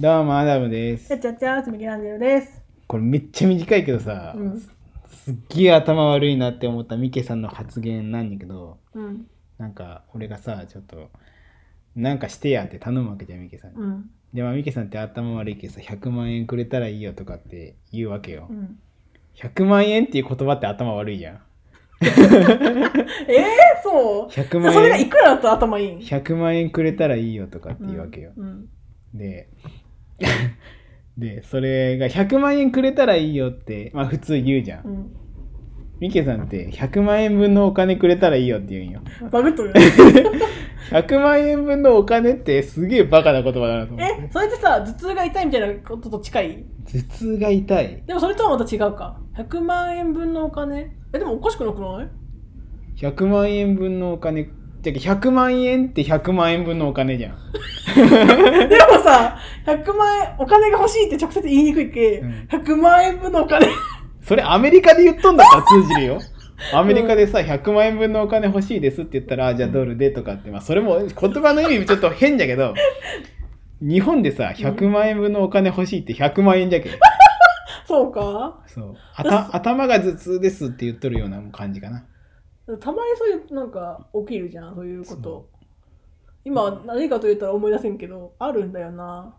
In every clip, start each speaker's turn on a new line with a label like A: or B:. A: どうもアダムで
B: や
A: す
B: っちゃっちゃーすみきらんじろです。
A: これめっちゃ短いけどさ、
B: うん。
A: すっげえ頭悪いなって思ったミケさんの発言なんだけど
B: うん。
A: なんか俺がさちょっとなんかしてやって頼むわけじゃんミケさんに、
B: うん。
A: でまあミケさんって頭悪いけどさ100万円くれたらいいよとかって言うわけよ、
B: うん。
A: 100万円っていう言葉って頭悪いやん
B: ええー、そう。
A: 100
B: それ
A: 万
B: がい
A: 円
B: くらだと頭いいん。
A: 100万円くれたらいいよとかって言うわけよ、
B: うん。
A: で でそれが100万円くれたらいいよってまあ普通言うじゃん、
B: うん。
A: ミケさんって100万円分のお金くれたらいいよって言うんよ
B: バグっとる。
A: 100万円分のお金ってすげえバカな言葉だなと思って
B: え、それってさ、頭痛が痛いみたいなことと近い
A: 頭痛が痛い
B: でもそれとはまた違うか。100万円分のお金え、でもおかしくなく ない
A: 100万円分のお金じゃけ100万円って100万円分のお金じゃん
B: でもさ、100万円、お金が欲しいって直接言いにくいけ、
A: うん
B: 100万円分のお金。
A: それアメリカで言っとんだったら通じるよアメリカでさ100万円分のお金欲しいですって言ったらあじゃあドルでとかって、まあ、それも言葉の意味ちょっと変だけど日本でさ100万円分のお金欲しいって100万円じゃけ、
B: そうか
A: そうあた頭が頭痛ですって言っとるような感じかな
B: たまにそういう、なんか、起きるじゃん、そういうこと。今、何かと言ったら思い出せんけど、あるんだよな。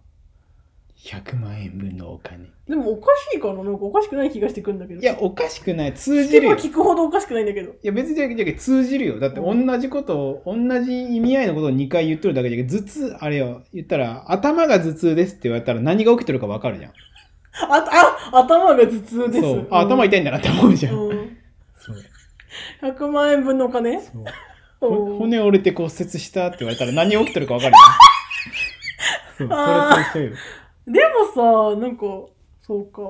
A: 100万円分のお金
B: でもおかしいかななんかおかしくない気がしてくるんだけど。
A: いや、おかしくない通
B: 聞
A: じ
B: け
A: るよ
B: ば
A: い
B: 聞くほどおかしくないんだけど。
A: や別にじゃけじゃけ通じるよだって同じことを同じ意味合いのことを2回言っとるだけじゃけ頭痛あれよ言ったら頭が頭痛ですって言われたら何が起きてるか分かるじゃん
B: あ、あ、頭が頭痛です。
A: そうあ頭
B: 痛
A: 痛いんだなって思うじゃん、
B: うん。
A: そう
B: 100万円分のお金
A: そう
B: う
A: ほ
B: ん
A: 骨折れて骨折したって言われたら何起きてるか分かるじゃんそう
B: あ
A: それと一緒よ
B: でもさ、なんか、そうか。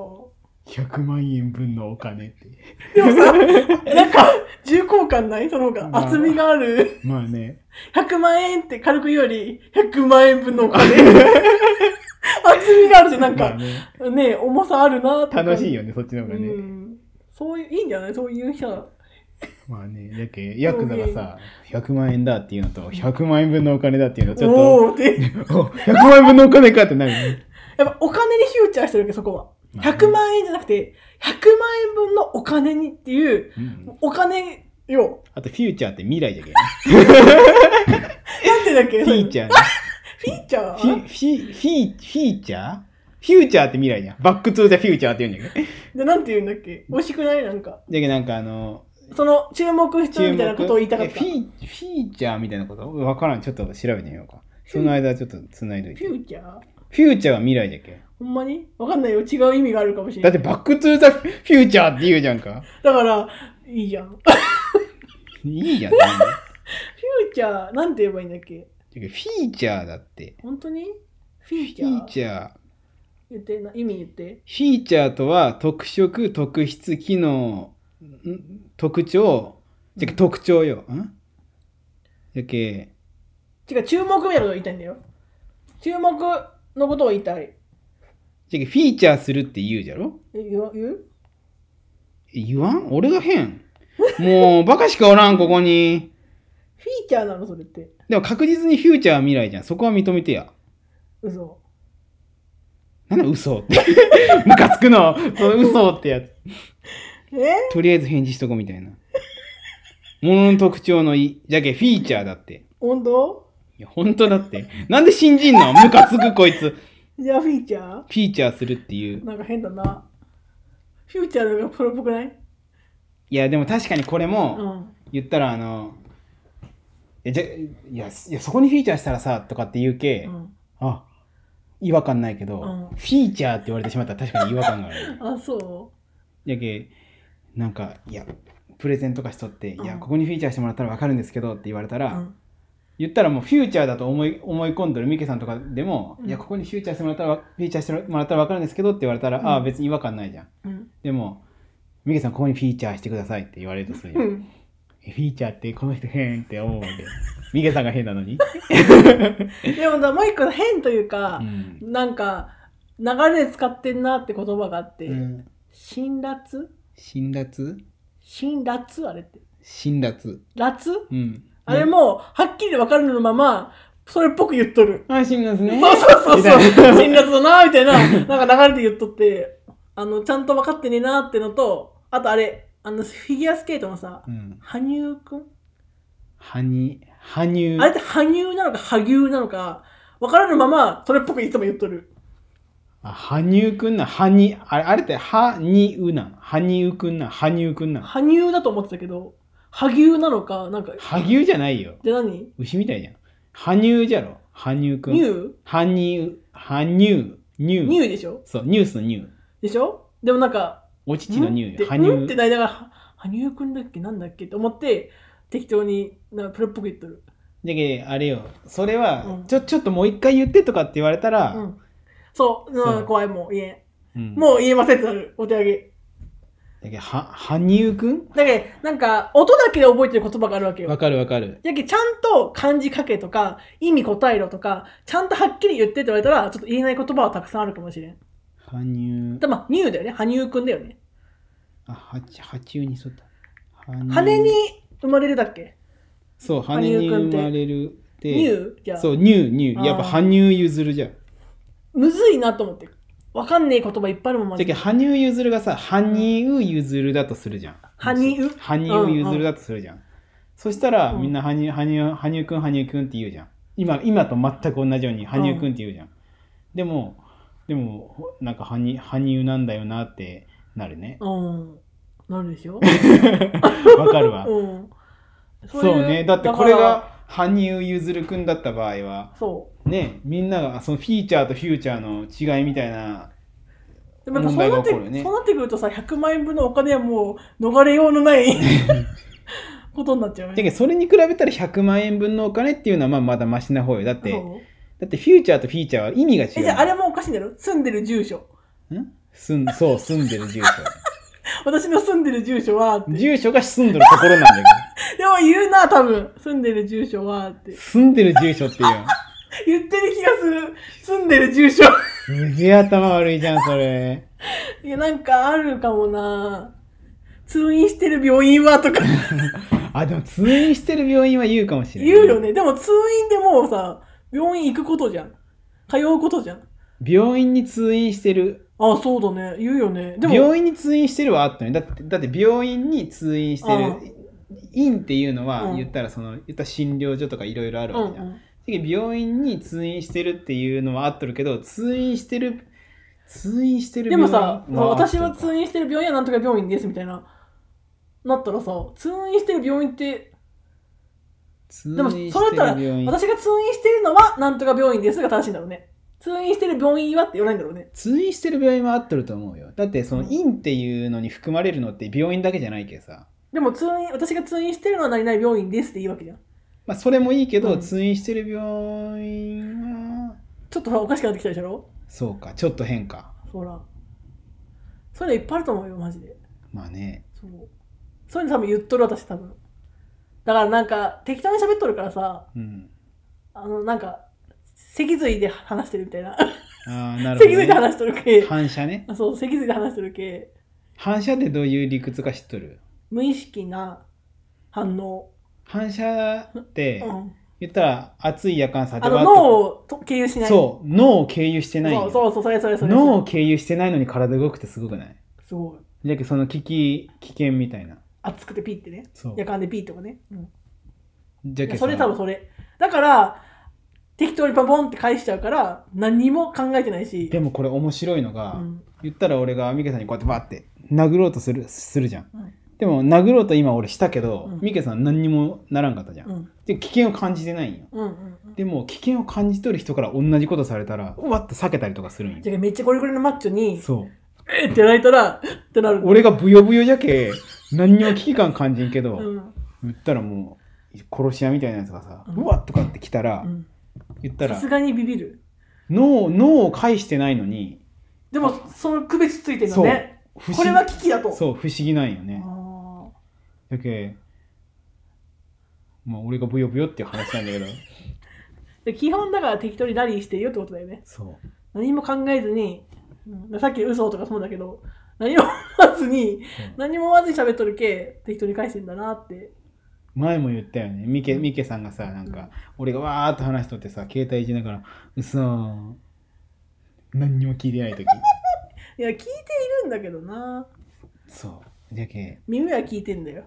A: 100万円分のお金って
B: で もさ、なんか、重厚感ないその方
A: まあ
B: が。厚みがある。
A: まあね
B: 100万円って軽く言うより、100万円分のお金。厚みがあるじゃん、なん
A: まあ
B: か。
A: ね
B: ね重さあるなとか
A: 楽しいよねそっちの方がね、
B: うん。そういう、いいんじゃないそういう人は。
A: まあね、だけヤクザがさ、100万円だっていうのと、100万円分のお金だっていうの、ちょっと、
B: おーって。
A: お100万円分のお金かってなるよね。
B: やっぱお金にフューチャーしてるわけそこは。
A: まあね
B: 100万円じゃなくて、100万円分のお金にっていう、
A: うん
B: お金よ。
A: あと、フューチャーって未来じゃけん。
B: なんてだっけ
A: フィーチャーね。
B: フィーチャー
A: フィ、フィ、フィ、フィーチャーフューチャーって未来じゃん。バックトゥーザフューチャーって言うんだけど。
B: で、なんて言うんだっけ美味しくないなんか。
A: じゃけなんかあの、
B: その、注目しちゃうみたいなことを言いたかった。
A: え
B: フ
A: フ
B: ィ
A: ィー、フィーチャーみたいなことわからん。ちょっと調べてみようか。その間ちょっと繋いどいて。フ
B: ーチャー
A: ューチャーは未来じゃけ。
B: ほんまにわかんないよ。違う意味があるかもしれな
A: だっ
B: い。
A: て、バックトゥーザフューチャーって言うじゃんか。
B: だから、いいじゃん。フュ
A: いいじゃん。全然
B: ーチャー、なんて言えばいいんだっけ
A: フィーチャーだって。
B: 本当にフィーチ
A: フ
B: ャ
A: ィー
B: ー。
A: チャー。
B: 言ってな、意味言って。
A: フィーチャーとは特色、特質、機能、ん特徴、じゃけ特徴よ。んじゃけ、
B: 違う、注目みたいなことを言いたいんだよ。注目のことを言いたい。
A: じゃけフィーチャーするって言うじゃろ
B: え、言わ言う
A: え言わん俺が変。もう、バカしかおらん、ここに。
B: フィーチャーなのそれって。
A: でも確実にフューチャーは未来じゃん。そこは認めてや。
B: 嘘。
A: なんだ嘘って。 ムカつくの。その嘘ってやつ。
B: え
A: とりあえず返事しとこみたいな。ものの特徴のい、じゃけフィーチャーだって。
B: 温度
A: いや、本当だって。なんで信じんのムカつくこいつ。
B: じゃあフィーチャ
A: フィーチャーするっていう
B: ー。なんか変だな。フューチャーの方がプロっぽくない
A: いや、でも確かにこれ
B: う
A: も、
B: ん。
A: 言ったらあの、え、じゃ、いや、いやそこにフィーチャーしたらさ、とかって言うけ、
B: うん、
A: あ、違和感ないけど、
B: うん
A: フィーチャーって言われてしまったら確かに違和感がある。
B: あ、そ
A: やけ、なんか、いや、プレゼントとかしとって、いや、
B: うん
A: ここにフィーチャーしてもらったらわかるんですけどって言われた
B: う。う
A: ら、
B: ん、
A: 言ったらもうフューチャーだと思い思い込んでるミケさんとかでも、
B: うん
A: いやここにフューチャーしてもらったらわフィーチャーしてもらったら分かるんですけどって言われたら、
B: うん
A: ああ別に違和感ないじゃん
B: うん。
A: でもミケさんここにフィーチャーしてくださいって言われるとするよ、
B: うん。
A: フィーチャーってこの人変って思うわけミケさんが変なのに、
B: でもだ、もう一個変というか
A: う、ん
B: なんか、流れで使ってんなって言葉があって、
A: うん、
B: 辛辣
A: 辛辣
B: 辛辣あれって。
A: 辛辣
B: 辣
A: うん
B: あれも、はっきり分かるのまま、それっぽく言っとる。
A: 安心なんですね。
B: そうそうそう
A: み
B: そう
A: たいな。
B: 辛辣だなみたいな、なんか流れて言っとって、あの、ちゃんと分かってねえなってのと、あとあれ、あの、フィギュアスケートのさ、
A: うん。
B: 羽生くん
A: はに、はにゅ
B: あれって羽生なのか羽生なのか、分からぬまま、それっぽくいつも言っとる。
A: あ、はにゅうくんな、はに、あれ、あれって、はにうなん。はにうくんな、はにゅうくんな。
B: 羽生だと思ってたけど、羽生なのか、なんか、
A: はぎゅうじゃないよ。
B: で何
A: 牛みたいじゃん。はにゅうじゃろ。はにゅうくん。
B: ニュ
A: はにゅう、はにゅう、にゅ
B: ー
A: う。
B: ニューでしょ
A: そう、ニュースのニュー。
B: でしょでもなんか、
A: お乳のニューよ。は
B: に
A: に
B: ゅ
A: ゅ
B: うんって
A: う。
B: なりながら、羽生くんだっけなんだっけって思って、適当に、なんか、それっぽく言っとる。
A: じゃけ、あれよ。それ
B: う
A: は
B: ん、
A: ちょ、ちょっともう一回言ってとかって言われたら、
B: うん。そう、
A: そう
B: うん怖いもう言え
A: う
B: ん。
A: ん
B: もう言えませんってなる、お手上げ。
A: だけどは、はにゅうくん
B: だけど、なんか、音だけで覚えてる言葉があるわけ
A: わ
B: よ。
A: かるわかる。
B: だけどちゃんと漢字書けとか、意味答えろとか、ちゃんとはっきり言ってって言われたら、ちょっと言えない言葉はたくさんあるかもしれん。
A: はにゅう
B: た。まあ、ニューだよね。羽生くんだよね。
A: あ、はち、はちゅうに沿った。は
B: 羽に生まれるだっけ
A: そう、羽に
B: 羽生くんって
A: 生まれるって。
B: ニューじゃあ
A: そう、ニュー、ニュー。やっぱ
B: あー
A: 羽生結弦じゃん。
B: むずいなと思って。わかんねえ言葉いっぱいあるもん、マ
A: じ
B: ジ
A: ゃけ
B: で。
A: 羽生結弦がさ、羽生結弦だとするじゃん。
B: 羽生
A: 羽生結弦だとするじゃん。そしたら、
B: うん。
A: みんな羽生、羽生、羽生くん、羽生くんって言うじゃん。今、今と全く同じように、羽生くんって言うじゃん。でも、でも、ほなんか羽生、羽生なんだよなってなるね
B: うん。なるでしょ
A: わかるわ。
B: うん。
A: そ
B: い
A: そうね。だってこれ。
B: だか
A: が羽生結弦くんだった場合は
B: ら、そ
A: ね、みんながそのフィーチャーとフューチャーの違いみたいな、
B: う。でもやっぱそうなっ
A: 問題が
B: て
A: 起こるよね
B: そうなってくるとさ、100万円分のお金はもう逃れようのない ことになっちゃうよね
A: だけどそれに比べたら100万円分のお金っていうのはまあまだマシな方よだって
B: そう
A: だってフューチャーとフィーチャーは意味が違う
B: えじゃああれもおかしいんだろ住んでる住所
A: んすんそう住んでる住所
B: 私の住んでる住所はってでも
A: 住所が住んでるところなんだけ
B: 言うな多分住んでる住所はって
A: ど住んでる住所っていう
B: 言ってる気がする住んで る住所
A: すげえ頭悪いじゃんそれ
B: いやなんかあるかもな通院してる病院はとか
A: あでも通院してる病院は言うかもしれない
B: 言うよねでも通院でもうさ病院行くことじゃん通うことじゃん
A: 病院に通院してる
B: あそうだね言うよねでも
A: 病院に通院してるはあったねだってだって病院に通院して
B: ああ
A: る院っていうのは
B: うん
A: 言ったらその言ったら診療所とかいろいろある
B: う
A: わ
B: ん
A: け
B: う
A: じゃん、
B: ん、
A: で病院に通院してるっていうのはあっとるけど通院してる通院してる
B: でもさ、
A: 病院は
B: 私は
A: 合っとる
B: 通院してる病院はなんとか病院ですみたいななったらさ通院してる病院ってでも
A: 通院
B: それ
A: して
B: だったら
A: る病院
B: 私が通院してるのはなんとか病院ですが正しいんだろうね通院してる病院はって言わないんだろうね
A: 通院してる病院は合っとると思うよだってその
B: うん
A: 院っていうのに含まれるのって病院だけじゃないけどさ
B: でも通院私が通院してるのは何々病院ですって言うわけじゃん
A: まあそれもいいけど、
B: うん
A: 通院してる病院は
B: ちょっとおかしくなってきたでしょ
A: そうかちょっと変か
B: ほらそういうのいっぱいあると思うよマジで
A: まあね
B: そうそういうの多分言っとる私多分だからなんか適当に喋っとるからさ
A: うん
B: あのなんか脊髄で話してるみたいな
A: ああなる
B: 脊髄
A: ほ
B: で
A: ど、ね、
B: 話しとる系
A: 反射ね
B: あそう脊髄で話してる系
A: 反射ってどういう理屈か知っとる
B: 無意識な反応、
A: 反射って
B: うん、
A: 言ったら熱い夜間さ
B: あ
A: て
B: の
A: は
B: 脳をと経由しない
A: そう脳を経由してないんよ
B: そうそうそう、それそれそれ。
A: 脳を経由してないのに体動くってすごくない
B: すごい。
A: じゃあその危機危険みたいな
B: 熱くてピーってね。
A: そう
B: 夜間でピーとかね。うん
A: じゃけ
B: それ多分それ。だから、適当にパボンって返しちゃうから、何も考えてないし。
A: でもこれ面白いのが、
B: うん
A: 言ったら俺がミケさんにこうやってバーって殴ろうとするするじゃん
B: うん
A: でも殴ろうと今俺したけど、
B: うん
A: ミケさん何にもならんかったじゃん、
B: うん
A: で危険を感じてないんよ
B: うんうんうん。
A: でも危険を感じ取る人から同じことされたらうわって避けたりとかするんよ
B: じゃあめっちゃこれぐらいのマッチョに、
A: そう
B: えーってやられたら、ってなる。
A: 俺がブヨブヨじゃけ何にも危機感感じんけど、
B: うん。
A: 言ったらもう殺し屋みたいなやつがさ、
B: う
A: うんわっとかってきたら、
B: うん
A: 言った
B: さ
A: ら
B: すがにビビる。
A: 脳脳を介してないのに
B: でも、その区別ついてるのね。
A: 不
B: これは危機だと。
A: そう不思議なんよ
B: あ
A: ね
B: ー
A: だけまあ俺がブヨブヨっていう話なんだけど
B: で基本だから適当にラリーしてよってことだよね。
A: そう
B: 何も考えずに、うんさっきの嘘とかそうだけど、何も思わずに、
A: そう
B: 何もまずに喋っとるけ適当に返してんだなって
A: 前も言ったよねミケミケさんがさなんか、俺がわーっと話しとってさ携帯いじりながら「うそー何にも聞いてない時
B: いや聞いているんだけどな
A: そうじゃけ
B: 耳は聞いてんだよ